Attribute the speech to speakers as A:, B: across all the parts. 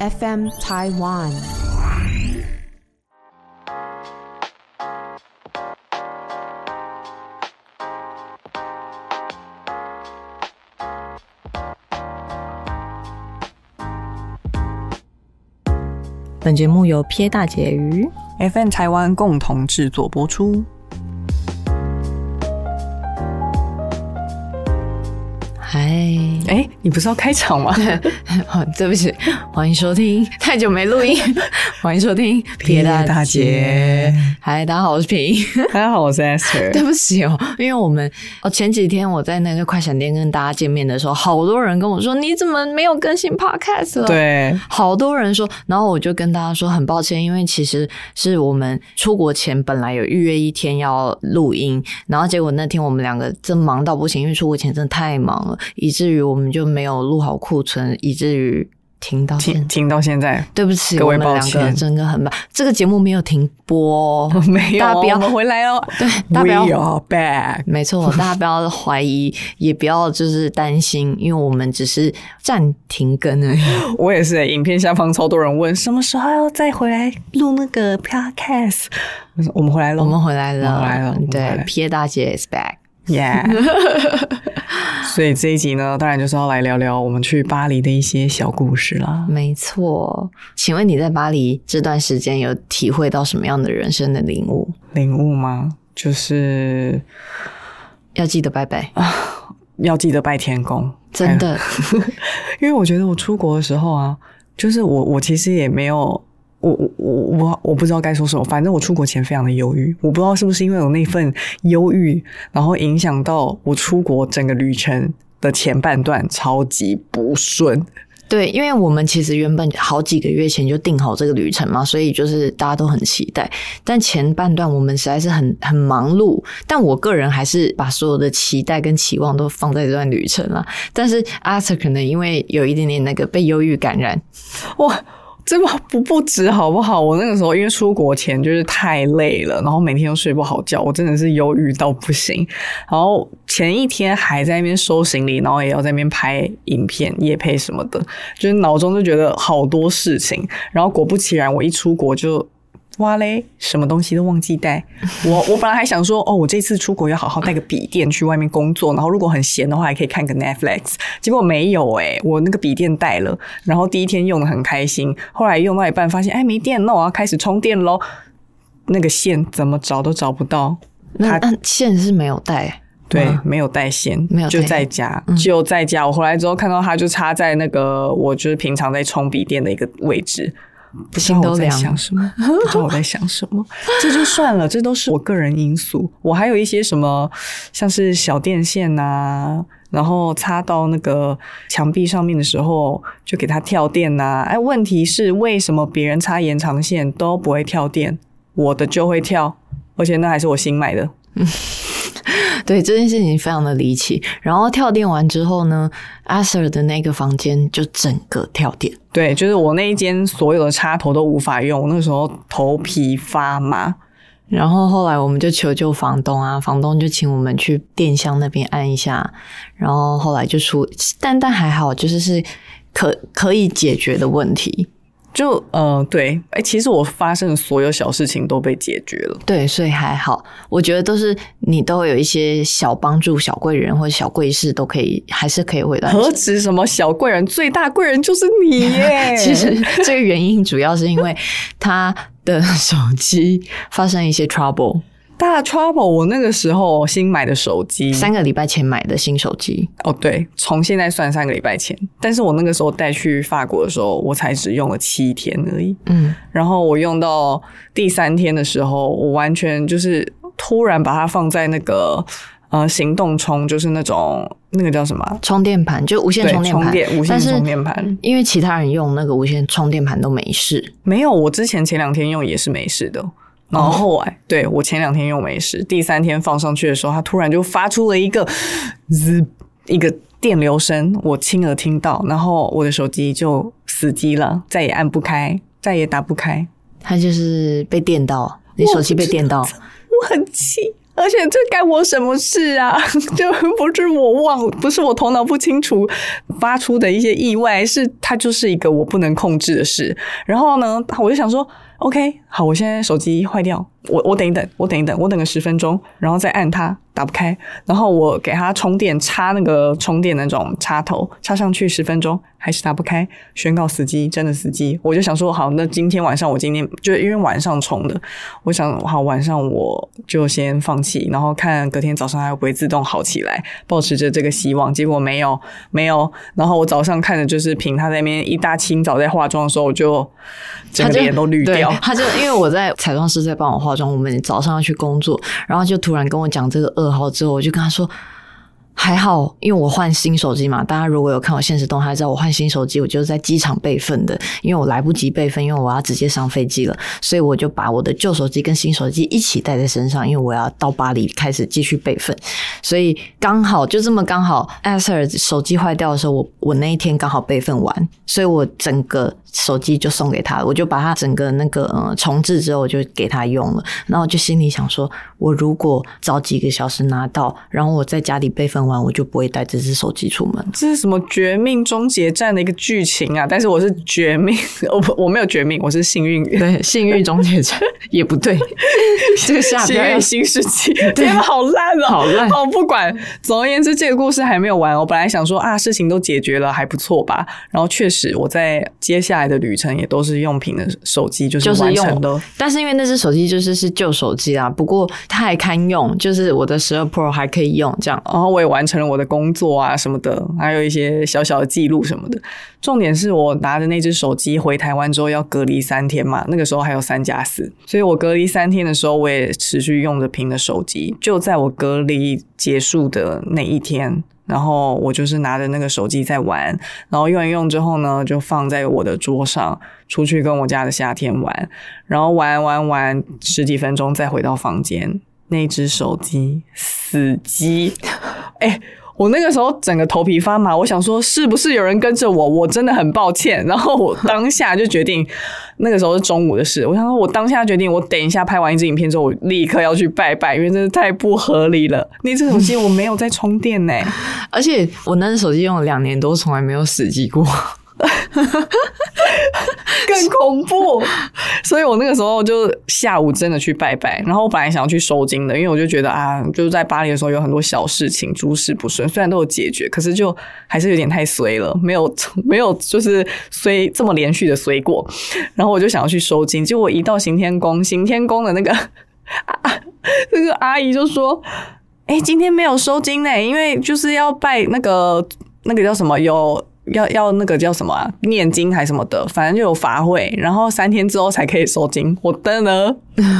A: FM Taiwan。
B: 本节目由撇大姐鱼
C: FM 台湾共同制作播出。
B: 嗨，
C: 哎、你不是要开场 吗？
B: 好，对不起，欢迎收听，太久没录 音，欢迎收听撇
C: 大姐。
B: 嗨，大家好，我是平。
C: 大家好，我是 Esther
B: 对。不起哦，因为我们哦前几天我在那个快闪店跟大家见面的时候，好多人跟我说你怎么没有更新 podcast 了？。
C: 对，
B: 好多人说，然后我就跟大家说很抱歉，因为其实是我们出国前本来有预约一天要录音，然后结果那天我们两个真忙到不行，因为出国前真的太忙了，以至于我们就没有录好库存，以至于停到现
C: 停
B: 在。
C: 停到现在
B: 对不起，
C: 各
B: 我
C: 位
B: 们
C: 抱
B: 两个
C: 歉
B: 真的很忙，这个节目没有停播哦、
C: 没有，
B: 大家不要
C: 我们回来哦。
B: 对，大家不
C: We
B: 要
C: are back。
B: 没 错，大家不要怀疑，也不要就是担心，因为我们只是暂停更 而已。
C: 我也是、影片下方超多人问什么时候要再回来录那个 podcast。我说我们回来了，
B: 我们回来了，
C: 我们回来了我们回来
B: 对
C: 了
B: ，P 大姐 is back。
C: yeah。所以这一集呢，当然就是要来聊聊我们去巴黎的一些小故事啦。
B: 没错，请问你在巴黎这段时间有体会到什么样的人生的领悟？
C: 领悟吗？就是
B: 要记得拜拜，
C: 哎要记得拜天公，
B: 真的，
C: 因为我觉得我出国的时候啊，就是我我其实也没有，我我我我我不知道该说什么，反正我出国前非常的忧郁，我不知道是不是因为有那份忧郁，然后影响到我出国整个旅程的前半段超级不顺，
B: 对，因为我们其实原本好几个月前就定好这个旅程嘛，所以就是大家都很期待。但前半段我们实在是很很忙碌，但我个人还是把所有的期待跟期望都放在这段旅程了。但是阿 Sir 可能因为有一点点那个被忧郁感染，
C: 哇，这么不不值好不好？我那个时候因为出国前就是太累了，然后每天都睡不好觉，我真的是忧郁到不行。然后前一天还在那边收行李，然后也要在那边拍影片、夜配什么的，就是脑中就觉得好多事情。然后果不其然，我一出国就。哇嘞，什么东西都忘记带。 我我本来还想说，哦，我这次出国要好好带个笔电去外面工作，然后如果很闲的话，还可以看个 Netflix。结果没有诶、我那个笔电带了，然后第一天用的很开心，后来用到一半发现，哎，没电了，我要开始充电喽。那个线怎么找都找不到，
B: 那
C: 他
B: 那线是没有带，
C: 对，
B: 哇
C: 没有带线，
B: 没有带
C: 就在家，
B: 嗯
C: 就在家。我回来之后看到它就插在那个我就是平常在充笔电的一个位置，不知道
B: 心都
C: 我在
B: 凉
C: 想什么， 不知道我在想什么。这就算了，这都是我个人因素。我还有一些什么，像是小电线呐、然后插到那个墙壁上面的时候，就给它跳电呐、哎，问题是为什么别人插延长线都不会跳电，我的就会跳，而且那还是我新买的。
B: 对这件事情非常的离奇。然后跳电完之后呢，阿 Sir 的那个房间就整个跳电，
C: 对，就是我那一间所有的插头都无法用，我那时候头皮发麻。
B: 然后后来我们就求救房东啊，房东就请我们去电箱那边按一下，然后后来就出，但但还好，就是是可可以解决的问题。
C: 就呃，对，哎、其实我发生的所有小事情都被解决了。
B: 对，所以还好，我觉得都是你都会有一些小帮助、小贵人或者小贵事都可以，还是可以回到你身
C: 何止什么小贵人，最大贵人就是你 耶！
B: 其实这个原因主要是因为他的手机发生一些 trouble，
C: 大 trouble，我那个时候新买的手机，
B: 三个礼拜前买的新手机，
C: 哦对，从现在算三个礼拜前，但是我那个时候带去法国的时候，我才只用了七天而已。
B: 嗯，
C: 然后我用到第三天的时候，我完全就是突然把它放在那个呃行动充，就是那种那个叫什么啊？
B: 充电盘就无线
C: 对，
B: 充电
C: 充
B: 盘，
C: 电无线
B: 但是嗯
C: 充电盘
B: 因为其他人用那个无线充电盘都没事，
C: 没有，我之前前两天用也是没事
B: 哦
C: 的。然后后来，对我前两天用没事，第三天放上去的时候，它突然就发出了一个滋一个电流声，我亲耳听到，然后我的手机就死机了，再也按不开，再也打不开，
B: 他就是被电到，你手机被电到，
C: 我很气，而且这该我什么事啊？ 就不是我忘，不是我头脑不清楚发出的一些意外，是它就是一个我不能控制的事。然后呢，我就想说，OK，好，我现在手机坏掉，我我等一等，我等一等，我等个十分钟，然后再按它打不开，然后我给它充电，插那个充电那种插头，插上去十分钟还是打不开，宣告死机，真的死机。我就想说，好，那今天晚上我今天就因为晚上充的，我想好晚上我就先放弃，然后看隔天早上它会不会自动好起来，保持着这个希望。结果没有，没有。然后我早上看的就是凭它在那边一大清早在化妆的时候，我就 整
B: 他
C: 个
B: 就
C: 脸都绿掉
B: 对。他就因为我在彩妆师在帮我化妆，我们早上要去工作，然后就突然跟我讲这个噩耗之后，我就跟他说。还好，因为我换新手机嘛。大家如果有看我现实动态，知道我换新手机，我就是在机场备份的，因为我来不及备份，因为我要直接上飞机了，所以我就把我的旧手机跟新手机一起带在身上，因为我要到巴黎开始继续备份。所以刚好就这么刚好 a s e r 手机坏掉的时候，我我那一天刚好备份完，所以我整个手机就送给他了，我就把他整个那个嗯重置之后，我就给他用了。然后我就心里想说，我如果早几个小时拿到，然后我在家里备份完，我就不会带这只手机出门。
C: 这是什么《绝命终结战》的一个剧情啊？但是我是绝命，我不我没有绝命，我是幸运，
B: 对，幸运终结者也不对， 这个下
C: 幸
B: 标啊要
C: 运新世纪，天哪，好烂哦，
B: 好烂
C: 哦！不管，总而言之，这个故事还没有完。我本来想说啊，事情都解决了，还不错吧。然后确实，我在接下来的旅程也都是用平的手机，就是
B: 就是
C: 完成的
B: 用。，但是因为那只手机就是是旧手机啊，不过它还堪用，就是我的十二 Pro 还可以用这样。
C: 然后我也完成了我的工作啊什么的，还有一些小小的记录什么的。重点是我拿着那只手机回台湾之后要隔离三天嘛，那个时候还有三加四，所以我隔离三天的时候，我也持续用着平的手机。就在我隔离结束的那一天。然后我就是拿着那个手机在玩，然后用一用之后呢，就放在我的桌上，出去跟我家的夏天玩，然后玩玩玩十几分钟，再回到房间，那只手机死机，哎、我那个时候整个头皮发麻，我想说是不是有人跟着我？我真的很抱歉。然后我当下就决定，那个时候是中午的事，我想说我当下决定，我等一下拍完一支影片之后，我立刻要去拜拜，因为真的太不合理了。那只手机我没有在充电呢、
B: 而且我那只手机用了两年多，从来没有死机过。
C: 更恐怖。所以我那个时候就下午真的去拜拜，然后我本来想要去收金的，因为我就觉得啊，就是在巴黎的时候有很多小事情诸事不顺，虽然都有解决，可是就还是有点太衰了，没有 没有就是衰这么连续的衰过。然后我就想要去收金，结果一到行天宫，行天宫的那个 啊那个阿姨就说。哎、今天没有收金呢，因为就是要拜那个那个叫什么，有要要那个叫什么啊，念经还是什么的，反正就有法会，然后三天之后才可以收金。我的呢，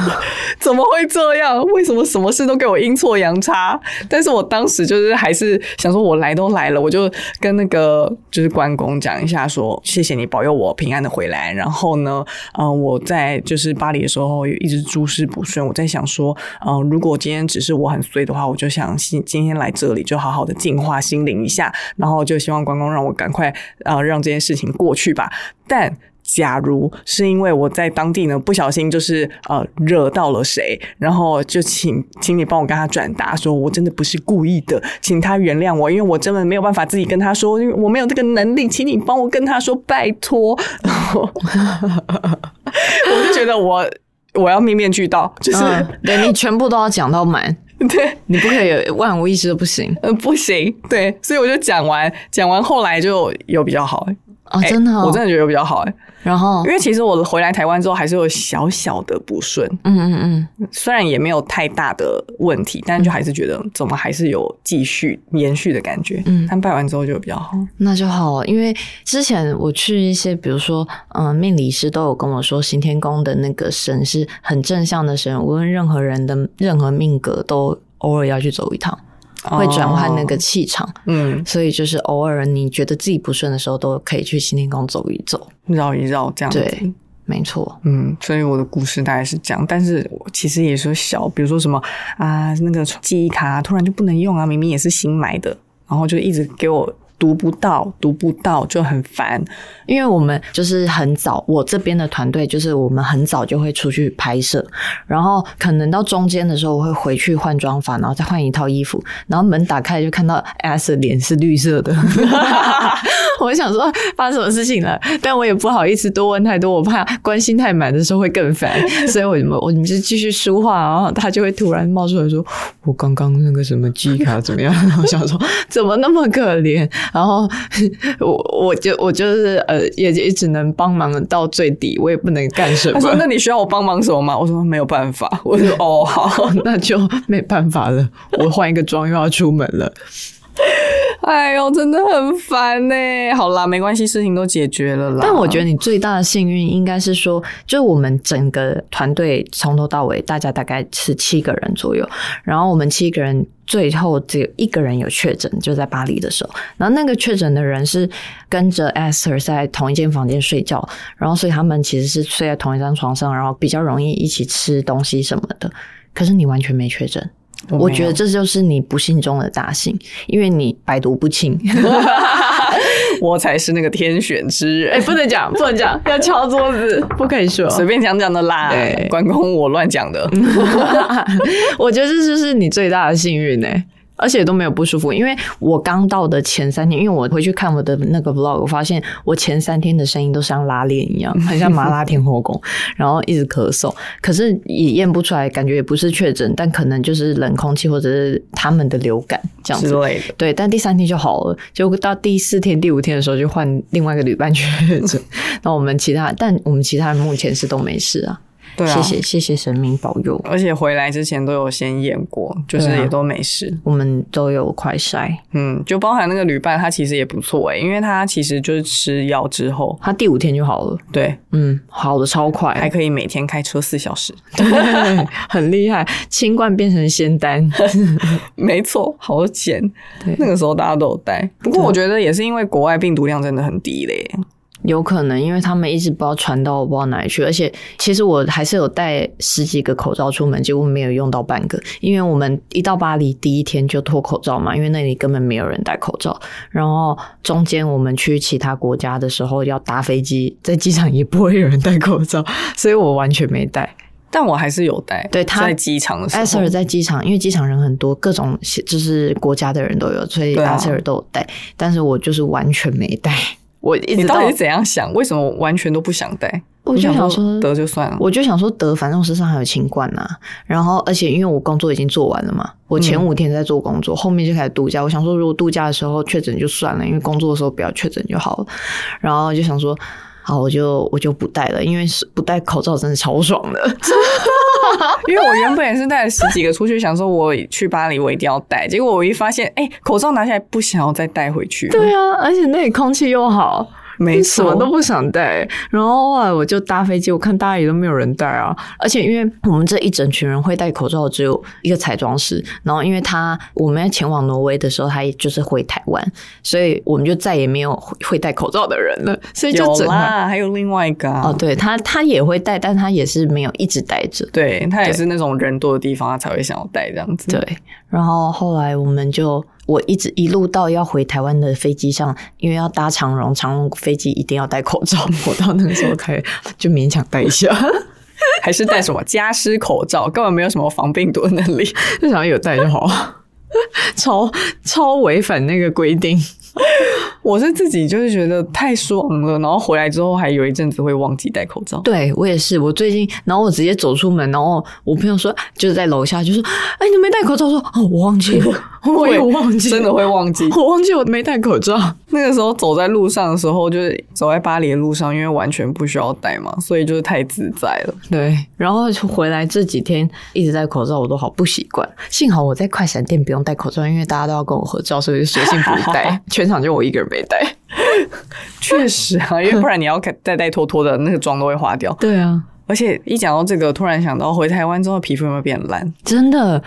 C: 怎么会这样？为什么什么事都给我阴错阳差？但是我当时就是还是想说，我来都来了，我就跟那个就是关公讲一下说谢谢你保佑我平安的回来。然后呢，嗯、我在就是巴黎的时候一直诸事不顺，我在想说，嗯、如果今天只是我很衰的话，我就想今今天来这里就好好的净化心灵一下，然后就希望关公让我赶快呃让这件事情过去吧。但假如是因为我在当地呢不小心就是呃惹到了谁，然后就请请你帮我跟他转达，说我真的不是故意的，请他原谅我，因为我真的没有办法自己跟他说，因为我没有这个能力，请你帮我跟他说，拜托。 然后我就觉得我我要面面俱到， 就是、
B: 嗯， 对你全部都要讲到满，
C: 对。
B: 你不可以万无一失都不行
C: 呃，不行，对，所以我就讲完，讲完后来就有比较好、欸
B: 哦，
C: 欸
B: 真的、哦
C: 我真的觉得有比较好、欸，
B: 然后
C: 因，为其实我回来台湾之后还是有小小的不顺，
B: 嗯嗯嗯，
C: 虽然也没有太大的问题，但就还是觉得怎么还是有继续延续的感觉。
B: 嗯
C: 但拜完之后就比较好。
B: 那就好了。因为之前我去一些，比如说，嗯、命理师都有跟我说，行天宫的那个神是很正向的神，无论任何人的任何命格都偶尔要去走一趟，会转换那个
C: 哦，
B: 气场。
C: 嗯，
B: 所以就是偶尔你觉得自己不顺的时候，都可以去行天宫走一走。
C: 绕一绕这样子。
B: 对，没错。
C: 嗯，所以我的故事大概是这样，但是我其实也是小，比如说什么啊，那个记忆卡突然就不能用啊，明明也是新买的，然后就一直给我读不到，读不到就很烦。
B: 因为我们就是很早，我这边的团队就是我们很早就会出去拍摄，然后可能到中间的时候我会回去换装法，然后再换一套衣服，然后门打开就看到 S 的脸是绿色的， 我就想说发生什么事情了，但我也不好意思多问太多，我怕关心太满的时候会更烦，所以我们我们就继续说话，然后他就会突然冒出来说：“我刚刚那个什么记忆卡怎么样？”我想说怎么那么可怜，然后我我就我就是呃也也只能帮忙到最底，我也不能干什
C: 他说：“那
B: 么，
C: 你需要我帮忙什么吗？”我说：“没有办法。” 我说：“哦，好。
B: 那就没办法了，我换一个妆又要出门了。”
C: 哎呦，真的很烦呢、好啦，没关系，事情都解决了啦。
B: 但我觉得
C: 得
B: 你最大的幸运应该是说，就我们整个团队从头到尾，大家大概是七个人左右，然后我们七个人最后只有一个人有确诊，就在巴黎的时候。然后那个确诊的人是跟着 Esther 在同一间房间睡觉，然后所以他们其实是睡在同一张床上，然后比较容易一起吃东西什么的。可是你完全没确诊，
C: 我
B: 我
C: 没有
B: 觉得这就是你不幸中的大幸，因为你百毒不侵。
C: 我才是那个天选之人。
B: 哎、不能 讲，不能讲，要敲桌子，不可以说。
C: 随便讲讲的啦
B: 对，嗯
C: 关公我乱讲的。
B: 我觉得这就是你最大的幸运呢、而且都没有不舒服。因为我刚到的前三天，因为我回去看我的那个 vlog，我发现我前三天的声音都像拉链一样，很像麻辣天后宫， 然后一直咳嗽，可是也验不出来，感觉也不是确诊，但可能就是冷空气或者是他们的流感这样
C: 之
B: 子。
C: 类的，
B: 对，但第三天就好了，结果到第四天、第五天的时候就换另外一个旅伴确诊。那我们其他，但我们其他人目前是都没事啊。
C: 对啊
B: 谢谢谢谢神明保佑。
C: 而且回来之前都有先验过，就是
B: 对啊
C: 也都没事。
B: 我们都有快筛，
C: 嗯，就包含那个旅伴，他其实也不错欸诶、因为他其实就是吃药之后，
B: 他第五天就好了。
C: 对，
B: 嗯，好的超
C: 还
B: 快，
C: 可以每天开车四小时。
B: 对， 很厉害，新冠变成仙丹。
C: 没错，好险
B: 对！
C: 那个时候大家都有带，不过
B: 对啊
C: 我觉得也是因为国外病毒量真的很低嘞。
B: 有可能，因为他们一直不知道传到我不知道哪里去，而且其实我还是有带十几个口罩出门，结果没有用到半个，因为我们一到巴黎第一天就脱口罩嘛，因为那里根本没有人戴口罩。然后中间我们去其他国家的时候要搭飞机，在机场也不会有人戴口罩， 所以我完全没戴。
C: 但我还是有带，
B: 对他
C: 在机场的时
B: 埃塞
C: 候
B: 尔，在机场，因为机场人很多，各种就是国家的人都有，所以
C: 对啊
B: 埃塞尔都有带，但是我就是完全没带。我一
C: 你
B: 直
C: 到
B: 到
C: 底是怎样想？为什么完全都不想带？
B: 我就想
C: 说
B: 说
C: 得就算了，
B: 我就想说得，反正我身上还有新冠呐、啊然后，而且因为我工作已经做完了嘛，我前五天在做工作，后面就开始度假。我想说，如果度假的时候确诊就算了，因为工作的时候不要确诊就好了。然后就想说，好，我就我就不戴了，因为是不戴口罩真的超爽的。
C: 因为我原本也是带了十几个出去，想说我去巴黎我一定要带，结果我一发现，哎、口罩拿下来不想要再带回去，，
B: 对啊，而且那里空气又好。
C: 没
B: 什么
C: 错，
B: 都不想带。然后后来我就搭飞机，我看大家也都没有人戴啊。而且因为我们这一整群人会戴口罩，只有一个彩妆师。然后因为他我们要前往挪威的时候，他也就是回台湾，所以我们就再也没有会会戴口罩的人了。所以就
C: 嗯有
B: 整个
C: 啦，还有另外一个、啊，
B: 哦，对他他也会戴，但他也是没有一直戴着。
C: 对他也是那种人多的地方，他才会想要带这样子。
B: 对，然后后来我们就，我一直一路到要回台湾的飞机上，因为要搭长荣，长荣飞机一定要戴口罩，我到那个时候才就勉强戴一下，
C: 还是戴什么加湿口罩，根本没有什么防病毒的能力。
B: 就想要有戴就好，超超违反那个规定。
C: 我是自己就是觉得太爽了，然后回来之后还有一阵子会忘记戴口罩。
B: 对我也是，我最近，然后我直接走出门，然后我朋友说就是在楼下就说，哎，你没戴口罩，我说哦，我忘记了， 我也忘 记，
C: 真的，会忘记。
B: 我忘记我没戴口罩。
C: 那个时候走在路上的时候，就是走在巴黎的路上，因为完全不需要戴嘛，所以就是太自在 了。
B: 对，然后就回来这几天一直戴口罩，我都好不习惯。幸好我在快闪店不用戴口罩，因为大家都要跟我合照，所以就索性不 戴，全场就我一个人没戴。
C: 确实啊，因为不然你要看戴戴脱脱的那个妆都会化掉。
B: 对啊，
C: 而且一讲到这个，突然想到回台湾之后皮肤有没有变烂？
B: 真的，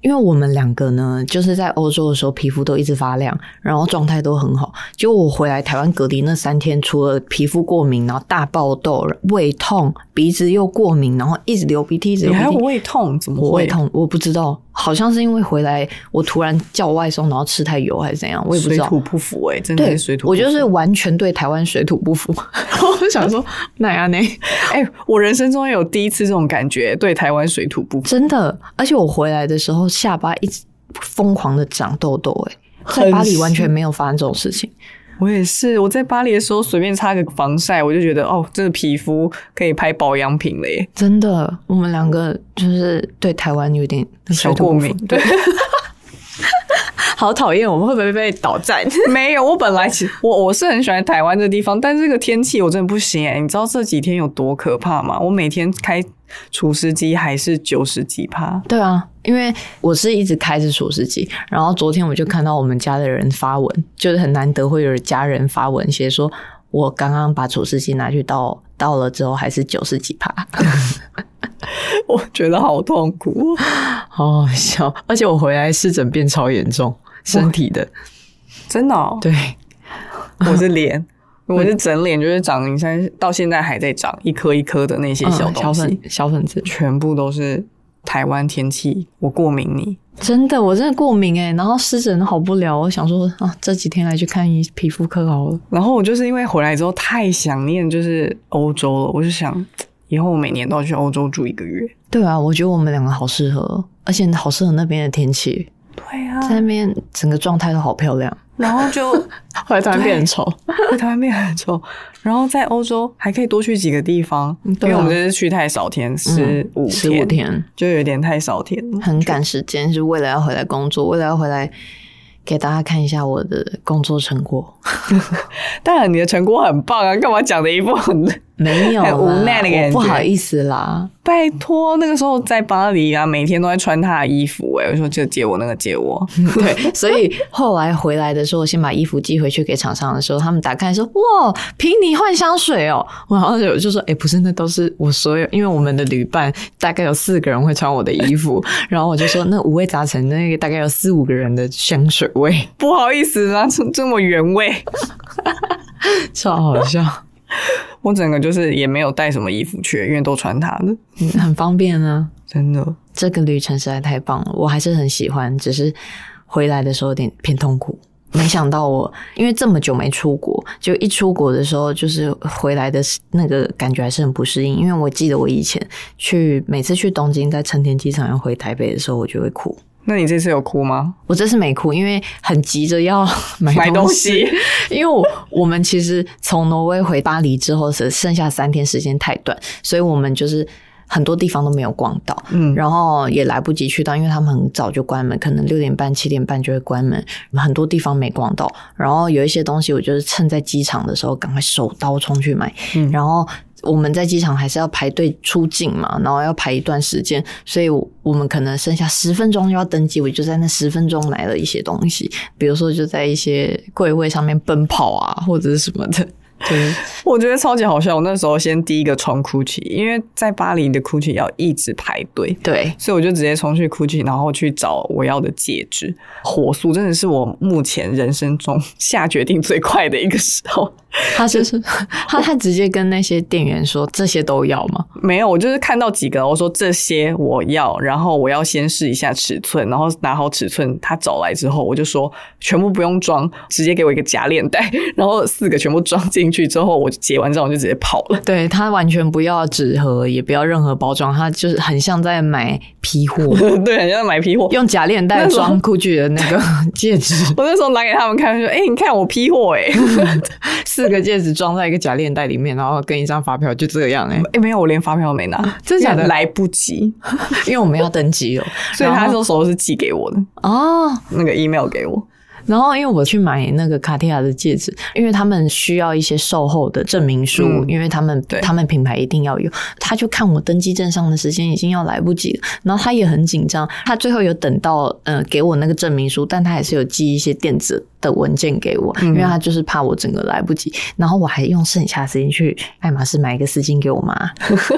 B: 因为我们两个呢，就是在欧洲的时候皮肤都一直发亮，然后状态都很好。结果我回来台湾隔离那三天，除了皮肤过敏，然后大爆痘、胃痛、鼻子又过敏，然后一直流鼻涕，一直
C: 你
B: 流鼻
C: 还有
B: 涕。
C: 胃痛？怎么
B: 我
C: 会
B: 胃？痛，我不知道，好像是因为回来我突然叫外送，然后吃太油还是怎样，我也不知
C: 水
B: 道。
C: 土不服哎、真的
B: 对
C: 是水，土不
B: 我
C: 服。
B: 就是完全对台湾水土不服。 我想 说，哪样呢？
C: 哎、我人生中有第一次这种感觉，对台湾水土不服，
B: 真的，而且我回来的时候下巴一直疯狂的长痘痘、欸，
C: 很
B: 在巴黎
C: 是
B: 完全没有发生这种事情。
C: 我也是，我在巴黎的时候随便擦个防晒，我就觉得哦，这个皮肤可以拍保养品了耶。
B: 真的，我们两个就是对台湾有点
C: 小过敏
B: 水 土不服，对， 好讨厌，我们会不会被倒站？
C: 没有，我本来其我我是很喜欢台湾这地方，但这个天气我真的不行哎、你知道这几天有多可怕吗？我每天开除湿机还是九十几 帕，
B: 对啊，因为我是一直开着除湿机，然后昨天我就看到我们家的人发文，就是很难得会有家人发文写说，我刚刚把除湿机拿去倒倒了之后还是九十几帕，
C: 我觉得好痛苦。
B: 好好笑。而且我回来湿疹变超严重，身体的，
C: 真的、哦，
B: 对，
C: 我 是脸，我是整脸，就是长，你现在到现在还在长，一颗一颗的那些小
B: 嗯
C: 东西，
B: 粉小粉子，
C: 全部都是台湾天气，我过敏你。
B: 真的，我真的过敏哎、然后湿疹好不了，我想说啊，这几天来去看医皮肤科好了。
C: 然后我就是因为回来之后太想念就是欧洲了，我就想以后我每年都要去欧洲住一个月。
B: 对啊，我觉得我们两个好适合，而且好适合那边的天气，
C: 对啊
B: 在那边整个状态都好漂亮。
C: 然后就
B: 后来突
C: 然变很
B: 丑，
C: 回台湾变很丑， 然后在欧洲还可以多去几个地方，
B: 嗯
C: 因
B: 对啊嗯
C: 为我们这次去太少天，十五
B: 十五天，
C: 就有点太少天了。
B: 很赶时间，是为了要回来工作，为了要回来给大家看一下我的工作成 果。
C: 但你的成果很棒啊，干嘛讲的一副很
B: 没有啦，
C: 很无奈的感觉
B: 我不好意思啦。
C: 拜托，那个时候在巴黎啊，每天都在穿他的衣服、欸，哎，我说这借我，那个借我，
B: 对，所以后来回来的时候，我先把衣服寄回去给厂商的时候，他们打开说：“哇，凭你换香水哦！”然后就就说：“哎、不是，那都是我所有，因为我们的旅伴大概有四个人会穿我的衣 服，然后我就说那五味杂陈那个大概有四五个人的香水味，
C: 不好意思啊，这这么原味，
B: 超好笑，
C: 我整个就是也没有带什么衣服去，因为都穿他的，
B: 嗯很方便啊。
C: 真的。
B: 这个旅程实在太棒了，我还是很喜欢，只是回来的时候有点偏痛苦。没想到我因为这么久没出国，就一出国的时候，就是回来的那个感觉还是很不适应。因为我记得我以前去每次去东京，在成田机场要回台北的时候，我就会哭。
C: 那你这次有哭吗？
B: 我这次没哭，因为很急着要买
C: 买
B: 东
C: 东西，
B: 因为我我们其实从挪威回巴黎之后，只剩下三天时间太短，所以我们就是很多地方都没有逛到。
C: 嗯，
B: 然后也来不及去到，因为他们很早就关门，可能六点半、七点半就会关门，很多地方没逛到。然后有一些东西，我就是趁在机场的时候赶快手刀冲去买。
C: 嗯
B: 然后我们在机场还是要排队出境嘛，然后要排一段时间，所以我我们可能剩下十分钟就要登机，我就在那十分钟买了一些东西，比如说就在一些柜位上面奔跑啊，或者是什么的。对，
C: 我觉得超级好笑。我那时候先第一个冲 GUCCI，因为在巴黎的 GUCCI 要一直排队，
B: 对，
C: 所以我就直接冲去 GUCCI，然后去找我要的戒指。火速真的是我目前人生中下决定最快的一个时候。
B: 他就是 他，他直接跟那些店员说这些都要吗？
C: 没有，我就是看到几个，我说这些我要，然后我要先试一下尺寸，然后拿好尺寸，他找来之后，我就说全部不用装，直接给我一个假链带，然后四个全部装进去之后，我结完账我就直接跑了。，
B: 对他完全不要纸盒，也不要任何包装，他就是很像在买批货
C: 对，很像买批货。
B: 用假链带
C: 那种
B: 装 GUCCI 的那个戒指，
C: 我那时候拿给他们看，说：“哎、你看我批货哎、
B: 四个戒指装在一个假链带里面，然后跟一张发票，就这样哎、
C: 哎，没有，我连发票都没拿，
B: 真假的
C: 因为来不及，
B: 因为我们要登机了，
C: 所以
B: 然
C: 他
B: 后
C: 那时候是寄给我的
B: 哦，
C: 那个 email 给我。
B: 然后因为我去买那个卡地亚的戒指，因为他们需要一些售后的证明书，
C: 嗯
B: 因为他们
C: 对
B: 他们品牌一定要有。他就看我登记证上的时间已经要来不及了，然后他也很紧张，他最后有等到呃给我那个证明书，但他还是有寄一些电子的文件给我，
C: 嗯
B: 因为他就是怕我整个来不及。然后我还用剩下的时间去爱马仕买一个丝巾给我妈，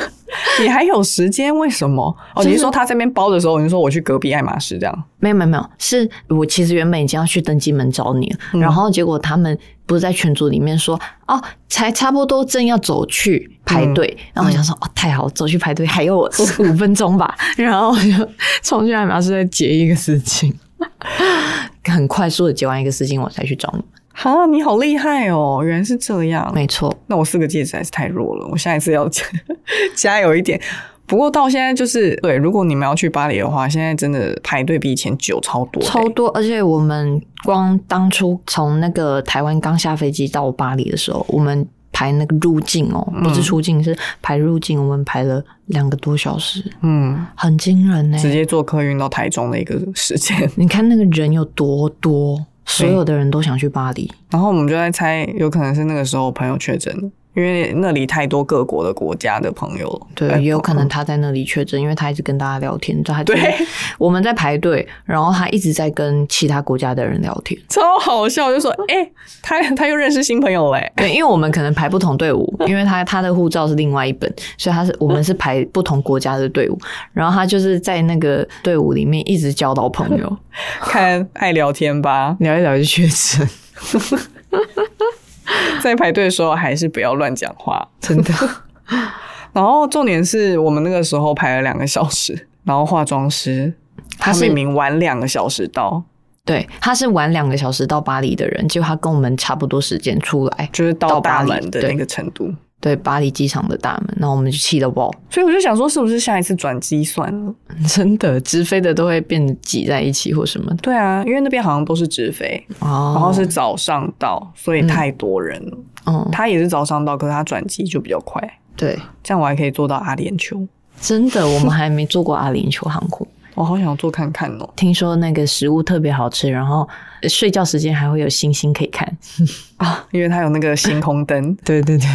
C: 你还有时间？为什么？哦，
B: 就是
C: 你是说他这边包的时候，你是说我去隔壁爱马仕这样？
B: 没有没有没有，是我其实原本已经要去登机门找你了，然后结果他们不是在群组里面说哦，才差不多正要走去排队，然后我想说、哦太好，走去排队还有五分钟吧，然后我就 冲去爱马仕再结一个事情，很快速的结完一个事情我才去找你们，
C: 哈，你好厉害哦！原来是这样。
B: 没错，
C: 那我四个戒指还是太弱了，我下一次要 加加油一点。不过到现在就是对，如果你们要去巴黎的话，现在真的排队比以前久超多的、欸
B: 超多，而且我们光当初从那个台湾刚下飞机到巴黎的时候，我们。排那个入境哦，不是出境，是排入境。我们排了两个多小时，
C: 嗯，
B: 很惊人呢、
C: 直接坐客运到台中的一个时间。
B: 你看那个人有多多，所有的人都想去巴黎。
C: 然后我们就在猜，有可能是那个时候朋友确诊，因为那里太多各国的国家的朋友了。
B: 对，也有可能他在那里确诊，因为他一直跟大家聊天，就他
C: 哎对，
B: 我们在排队，然后他一直在跟其他国家的人聊天。
C: 超好笑，就说哎、他他又认识新朋友欸嘞、
B: 对，因为我们可能排不同队伍，因为他他的护照是另外一本，所以他是我们是排不同国家的队伍，然后他就是在那个队伍里面一直交到朋友，
C: 看爱聊天吧。
B: 聊一聊就确诊，
C: 在排队的时候还是不要乱讲话。
B: 真的。
C: 然后重点是我们那个时候排了两个小时，然后化妆师
B: 他
C: 他
B: 是
C: 明明晚两个小时到，
B: 对，他是晚两个小时到巴黎的人，结果他跟我们差不多时间出来，
C: 就是到
B: 到巴
C: 大
B: 黎
C: 门的
B: 对
C: 那个程度。
B: 对巴黎机场的大门，然后我们就气到爆，
C: 所以我就想说，是不是下一次转机算了？
B: 真的直飞的都会变得挤在一起或什么的
C: 对啊，因为那边好像都是直飞，
B: 哦
C: 然后是早上到，所以太多人了。
B: 嗯，
C: 他也是早上到，可是他转机就比较快，
B: 对，
C: 这样我还可以坐到阿联酋。
B: 真的我们还没坐过阿联酋航空，
C: 我好想坐看看哦。
B: 听说那个食物特别好吃，然后呃睡觉时间还会有星星可以看。
C: 啊，因为它有那个星空灯。
B: 对对对，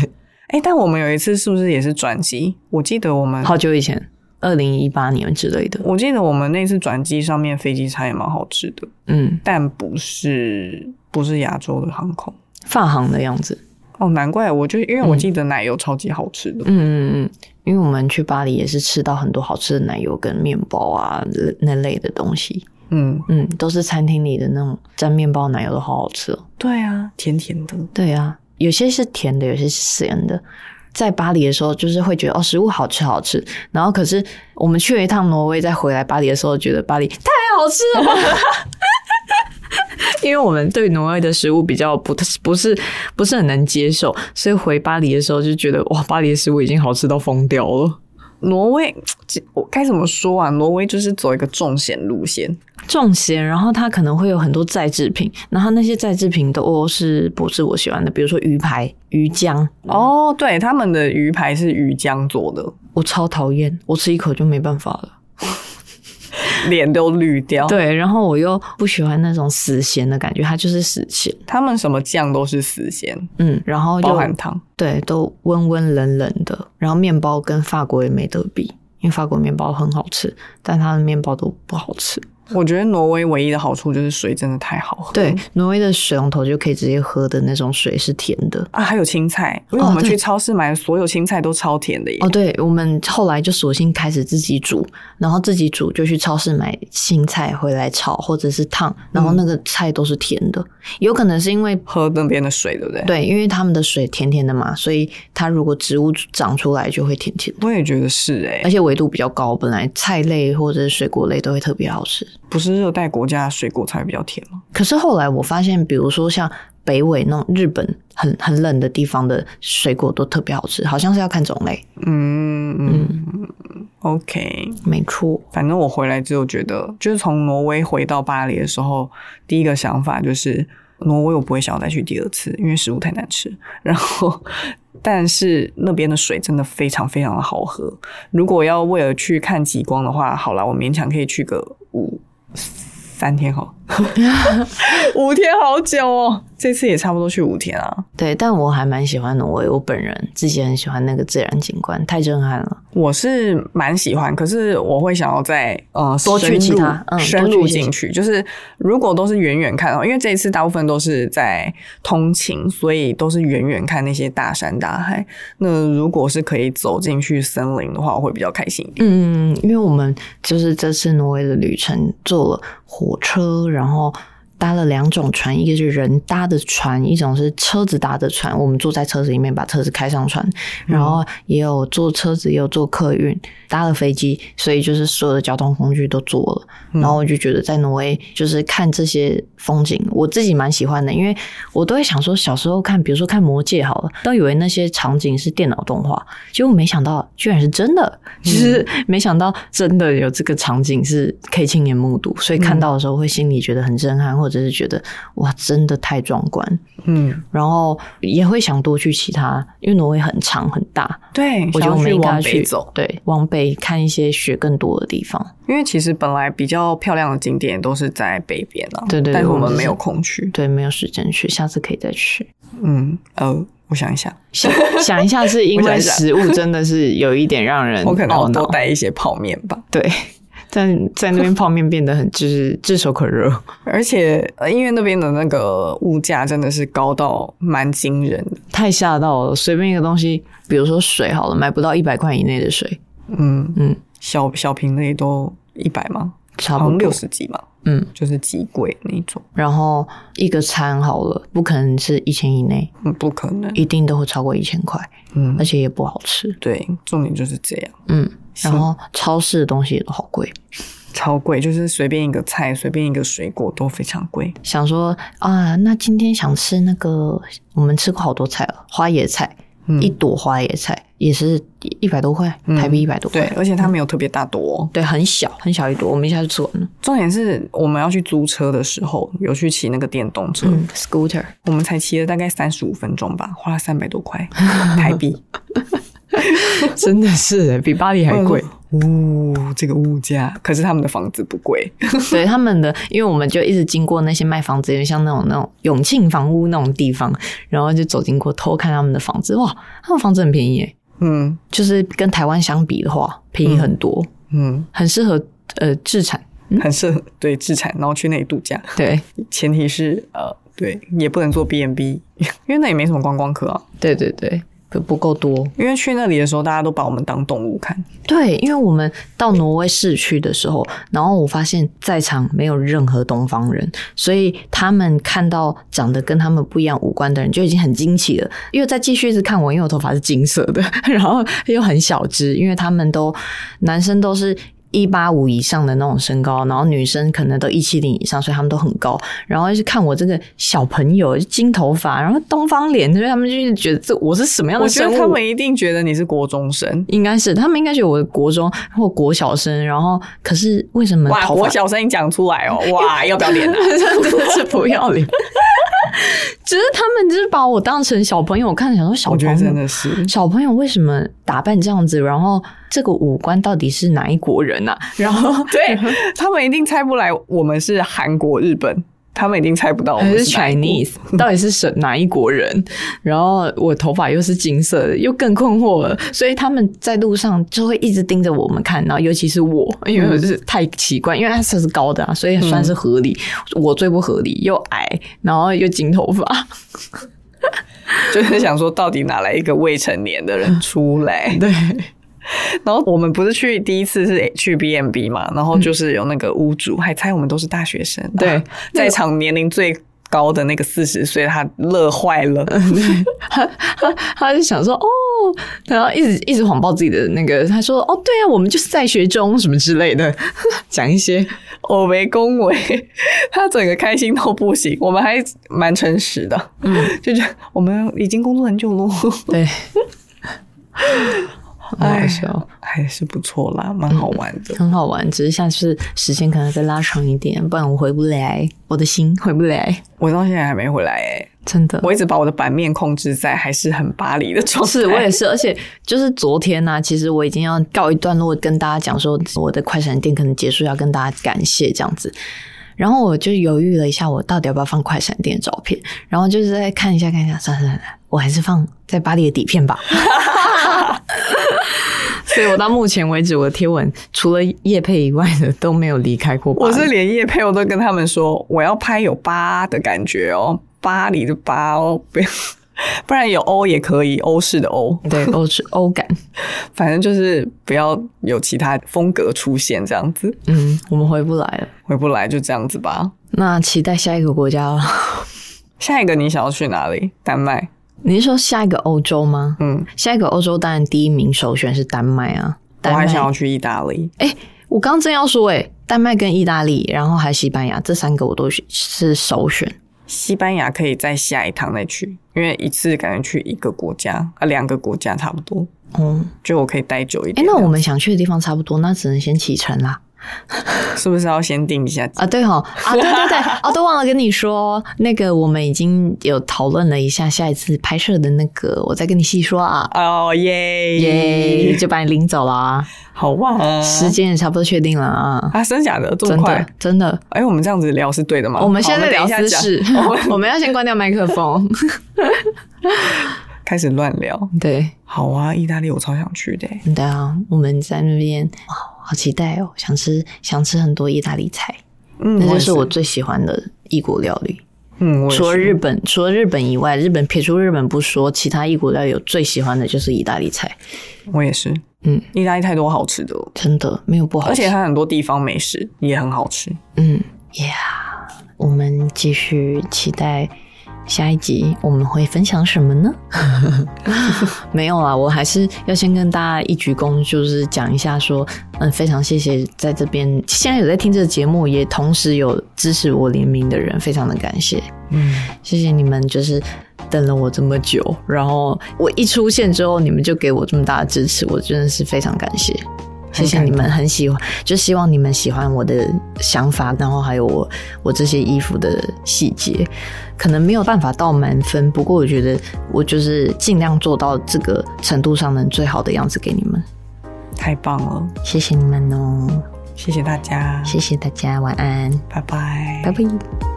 C: 哎、但我们有一次是不是也是转机？我记得我们，
B: 好久以前，二零一八年之类的。
C: 我记得我们那次转机上面飞机餐也蛮好吃的，
B: 嗯，
C: 但不是不是亚洲的航空。
B: 发行的样子。
C: 哦，难怪我就因为我记得奶油超级好吃的，
B: 嗯嗯嗯，因为我们去巴黎也是吃到很多好吃的奶油跟面包啊那类的东西。
C: 嗯，
B: 嗯，都是餐厅里的那种沾面包奶油都好好吃哦。
C: 对啊，甜甜的，
B: 对啊，有些是甜的，有些是咸的。在巴黎的时候，就是会觉得哦，食物好吃好吃。然后可是我们去了一趟挪威，再回来巴黎的时候，觉得巴黎太好吃了。 因为我们对挪威的食物比较不不是不是很能接受，所以回巴黎的时候就觉得哇，巴黎的食物已经好吃到疯掉了。
C: 挪威，这我该怎么说啊？挪威就是走一个重险路线，
B: 重咸，然后它可能会有很多再制品，然后那些再制品都是不是我喜欢的，比如说鱼排、鱼浆，
C: 哦，对，他们的鱼排是鱼浆做的，
B: 我超讨厌，我吃一口就没办法了。
C: 脸都绿掉。，
B: 对，然后我又不喜欢那种死咸的感觉，它就是死咸，
C: 他们什么酱都是死咸，
B: 嗯，然后
C: 包
B: 就
C: 含汤。
B: 对都温温冷冷的，然后面包跟法国也没得比，因为法国面包很好吃，但它的面包都不好吃。
C: 我觉得挪威唯一的好处就是水真的太好喝。
B: 对，挪威的水龙头就可以直接喝的那种水是甜的。
C: 啊，还有青菜，因为
B: 哦
C: 我们
B: 对
C: 去超市买的所有青菜都超甜的耶。
B: 哦，对，我们后来就索性开始自己煮，然后自己煮就去超市买青菜回来炒或者是烫，然后那个菜都是甜的，有可能是因为
C: 喝那边的水，对不对？
B: 对，因为他们的水甜甜的嘛，所以它如果植物长出来就会甜甜的，
C: 我也觉得是哎、
B: 而且维度比较高，本来菜类或者是水果类都会特别好吃。
C: 不是热带国家的水果才会比较甜吗？
B: 可是后来我发现，比如说像北纬那种日本很很冷的地方的水果都特别好吃，好像是要看种类。
C: 嗯嗯，OK。
B: 没错，
C: 反正我回来之后觉得，就是从挪威回到巴黎的时候，第一个想法就是挪威我不会想要再去第二次，因为食物太难吃。然后，但是那边的水真的非常非常的好喝。如果要为了去看极光的话，好啦，我勉强可以去 个五三天好了，五天好久哦。这次也差不多去五天啊。
B: 对，但我还蛮喜欢挪威，我本人自己很喜欢那个自然景观，太震撼了。
C: 我是蛮喜欢，可是我会想要再呃
B: 多去
C: 深入
B: 其他嗯
C: 深
B: 多去
C: 入
B: 其
C: 进去。就是如果都是远远看的话，因为这一次大部分都是在通勤，所以都是远远看那些大山大海。那如果是可以走进去森林的话，我会比较开心一点。
B: 嗯，因为我们就是这次挪威的旅程坐了火车，然后搭了两种船，一个是人搭的船，一种是车子搭的船。我们坐在车子里面，把车子开上船，然后也有坐车子，也有坐客运，搭了飞机，所以就是所有的交通工具都坐了。
C: 嗯
B: 然后我就觉得在挪威就是看这些风景，我自己蛮喜欢的，因为我都会想说，小时候看，比如说看《魔戒》好了，都以为那些场景是电脑动画，结果没想到居然是真的，就是
C: 嗯
B: 没想到真的有这个场景是可以亲眼目睹，所以
C: 嗯
B: 看到的时候会心里觉得很震撼，或者是觉得哇，真的太壮观，
C: 嗯，
B: 然后也会想多去其他，因为挪威很长很大，
C: 对，
B: 我觉得
C: 想要
B: 我们
C: 去
B: 应该
C: 往
B: 要
C: 北
B: 去
C: 走。
B: 对，往北看一些雪更多的地方。
C: 因为其实本来比较漂亮的景点都是在北边啊，
B: 对对对
C: 但是我
B: 我们是
C: 们没有空去。
B: 对，没有时间去，下次可以再去。
C: 嗯，呃，我想一下，
B: 想 想一下，是因
C: 我想
B: 为
C: 一下
B: 食物真的是有一点让人
C: 我可能
B: 懊
C: 要多
B: 恼。
C: 带一些泡面吧。
B: 对， 但在那边泡面变得很就是 炙手可热。
C: 而且，呃，因为那边的那个物价真的是高到蛮惊人的。
B: 太吓到了！随便一个东西，比如说水好了，买不到一百块以内的水，
C: 嗯
B: 嗯，
C: 小小瓶的也都一百吗？
B: 差
C: 好
B: 不
C: 像
B: 多
C: 六。十几嘛，
B: 嗯，
C: 就是极贵那一种。
B: 然后一个餐好了，不可能是一千以内，
C: 嗯，不可能。
B: 一定都会超过一千块，
C: 嗯
B: 而，且也不好吃。
C: 对，重点就是这样，
B: 嗯，
C: 是
B: 然后超市的东西也都好贵。
C: 超贵，就是随便一个菜，随便一个水果都非常贵。
B: 想说啊，那今天想吃那个，我们吃过好多菜了，花椰菜，
C: 嗯
B: 一朵花椰菜也是一百多块，
C: 嗯
B: 台币一百多
C: 对
B: 块。，
C: 而且它没有特别大朵哦、
B: 对，很小很小一朵，我们一下就吃完了。
C: 重点是我们要去租车的时候，有去骑那个电动车，
B: 嗯，scooter，
C: 我们才骑了大概三十五分钟吧，花了三百多块台 币，
B: 真的是比巴黎还贵。
C: 呜、嗯哦这个物价，可是他们的房子不贵，
B: 对他们的，因为我们就一直经过那些卖房子，有点像那种那种永庆房屋那种地方，然后就走经过偷看他们的房子，哇，他们房子很便宜耶，
C: 嗯
B: 就是跟台湾相比的话，便宜很多，
C: 嗯，
B: 很适合呃置 产。
C: 很适合对自产，然后去那里度假，
B: 对
C: 前提是呃，对，也不能做 B n B，因为 那也没什么观光客啊，
B: 对对对，不不够多。
C: 因为去那里的时候，大家都把我们当动物看，
B: 对，因为我们到挪威市区的时候，然后我发现在场没有任何东方人，所以他们看到长得跟他们不一样五官的人就已经很惊奇了。因为再继续一直看我，因为我头发是金色的，然后又很小只，因为他们都男生都是。一八五以上的那种身高，然后女生可能都一七零以上，所以他们都很高。然后就是看我这个小朋友金头发，然后东方脸，所以他们就是觉得这我是什么样的
C: 我觉
B: 生物？
C: 得他们一定觉得你是国中生。
B: 应该是他们应该觉得我的国中或国小生，然后可是为什么
C: 哇，
B: 头发
C: 国小生你讲出来哦，哇，要不要脸啊？
B: 真的是不要脸？ 只是他们就是把我当成小朋友看，想说小
C: 我觉得
B: 朋
C: 真
B: 友
C: 的是，
B: 小朋友为什么打扮这样子？然后这个五官到底是哪一国人啊？然后
C: 对他们一定猜不来我们是韩国、日本，他们一定猜不哦到我
B: 还
C: 们
B: 是
C: 哪一国
B: Chinese，到底 是什哪一国人？然后我头发又是金色的，又更困惑了。所以他们在路上就会一直盯着我们看，然后尤其是我，
C: 嗯
B: 因为我就是太奇怪，因为他车是高的啊，所以算是合理。我最不合理，又矮，然后又金头发。
C: 就是想说到底哪来一个未成年的人出来？
B: 对，
C: 然后我们不是去第一次是去 B M B 嘛，然后就是有那个屋主还猜我们都是大学生，
B: 嗯对
C: 啊在场年龄最高的那个四十岁，他乐坏了。
B: 嗯他他 他就想说哦，然后一直一直谎报自己的那个，他说哦，对啊，我们就是在学中什么之类的， 讲一些。
C: 我没恭维，他整个开心到不行。我们还蛮诚实的，嗯，就觉得我们已经工作很久喽，
B: 对， 好
C: 哎
B: 好笑。嗯
C: 还是不错啦，蛮好玩的。
B: 很好玩，只是下次时间可能再拉长一点，不然我回不来，我的心回不来，
C: 我到现在还没回来哎、
B: 真的。
C: 我一直把我的版面控制在还是很巴黎的状态。
B: 是我也是，而且就是昨天呢、其实我已经要告一段落，跟大家讲说我的快闪店可能结束，要跟大家感谢这样子。然后我就犹豫了一下，我到底要不要放快闪店的照片？然后就是再看一下看一下，算了算了，我还是放在巴黎的底片 吧。所以我到目前为止，我的贴文除了叶配以外的都没有离开过巴
C: 我
B: 黎。
C: 是连夜配我都跟他们说，我要拍有巴的感觉哦，巴黎的巴哦， 不要，不然有欧也可以，欧式的欧，
B: 对欧是欧感，
C: 反正就是不要有其他风格出现，这样子
B: 嗯，我们回不来了。
C: 回不来就这样子吧。
B: 那期待下一个国家哦。
C: 下一个你想要去哪里？丹麦，
B: 你是说下一个欧洲吗？
C: 嗯，
B: 下一个欧洲当然第一名首选是丹麦啊。
C: 我
B: 丹麦
C: 还想要去意大利。
B: 哎、我刚正要说、哎，丹麦跟意大利，然后还有西班牙，这三个我都是是首选。
C: 西班牙可以在下一趟再去，因为一次感觉去一个国家啊，两个国家差不多，
B: 哦、
C: 就我可以待久一
B: 哎、
C: 点。
B: 那我们想去的地方差不多，那只能先启程啦。
C: 是不是要先定一下？
B: 啊，对哈，啊，对 对对，啊，都忘了跟你说，那个我们已经有讨论了一下下一次拍摄的那个，我再跟你细说啊。
C: 哦耶
B: 耶就把你领走了啊，
C: 好哇、啊！
B: 时间也差不多确定了啊，
C: 啊，真假的这
B: 真
C: 么快
B: 的？真的，
C: 哎、我们这样子聊是对的吗？
B: 我们现在
C: 好
B: 聊
C: 我们
B: 私
C: 等一下
B: 事
C: 讲我们，
B: 我们要先关掉麦克 风。
C: 开始乱聊。
B: 对，
C: 好啊，意大利我超想去的、欸。
B: 对啊，我们在那边，哇好期待哦，想吃想吃很多意大利菜，
C: 嗯
B: 那就
C: 也
B: 是我最喜欢的异国料理。
C: 嗯，我也
B: 除了
C: 是
B: 日本，除了日本以外，日本撇除日本不说，其他异国料理我最喜欢的就是意大利菜，
C: 我也是。
B: 嗯，
C: 意大利太多好吃的了，
B: 真的没有不好
C: 而
B: 吃。
C: 且它很多地方美食也很好吃。
B: 嗯，Yeah，我们继续期待下一集我们会分享什么呢？没有啊啦，我还是要先跟大家一鞠躬，就是讲一下说，嗯，非常谢谢在这边现在有在听这个节目，也同时有支持我联名的人，非常的感谢，
C: 嗯，
B: 谢谢你们，就是。等了我这么久，然后我一出现之后，你们就给我这么大的支持，我真的是非常感谢。谢谢你们，很喜欢，就希望你们喜欢我的想法，然后还有我我这些衣服的细节，可能没有办法到满分，不过我觉得我就是尽量做到这个程度上能最好的样子给你们，
C: 太棒了，
B: 谢谢你们哦，
C: 谢谢大家，
B: 谢谢大家，晚安，
C: 拜拜，
B: 拜拜。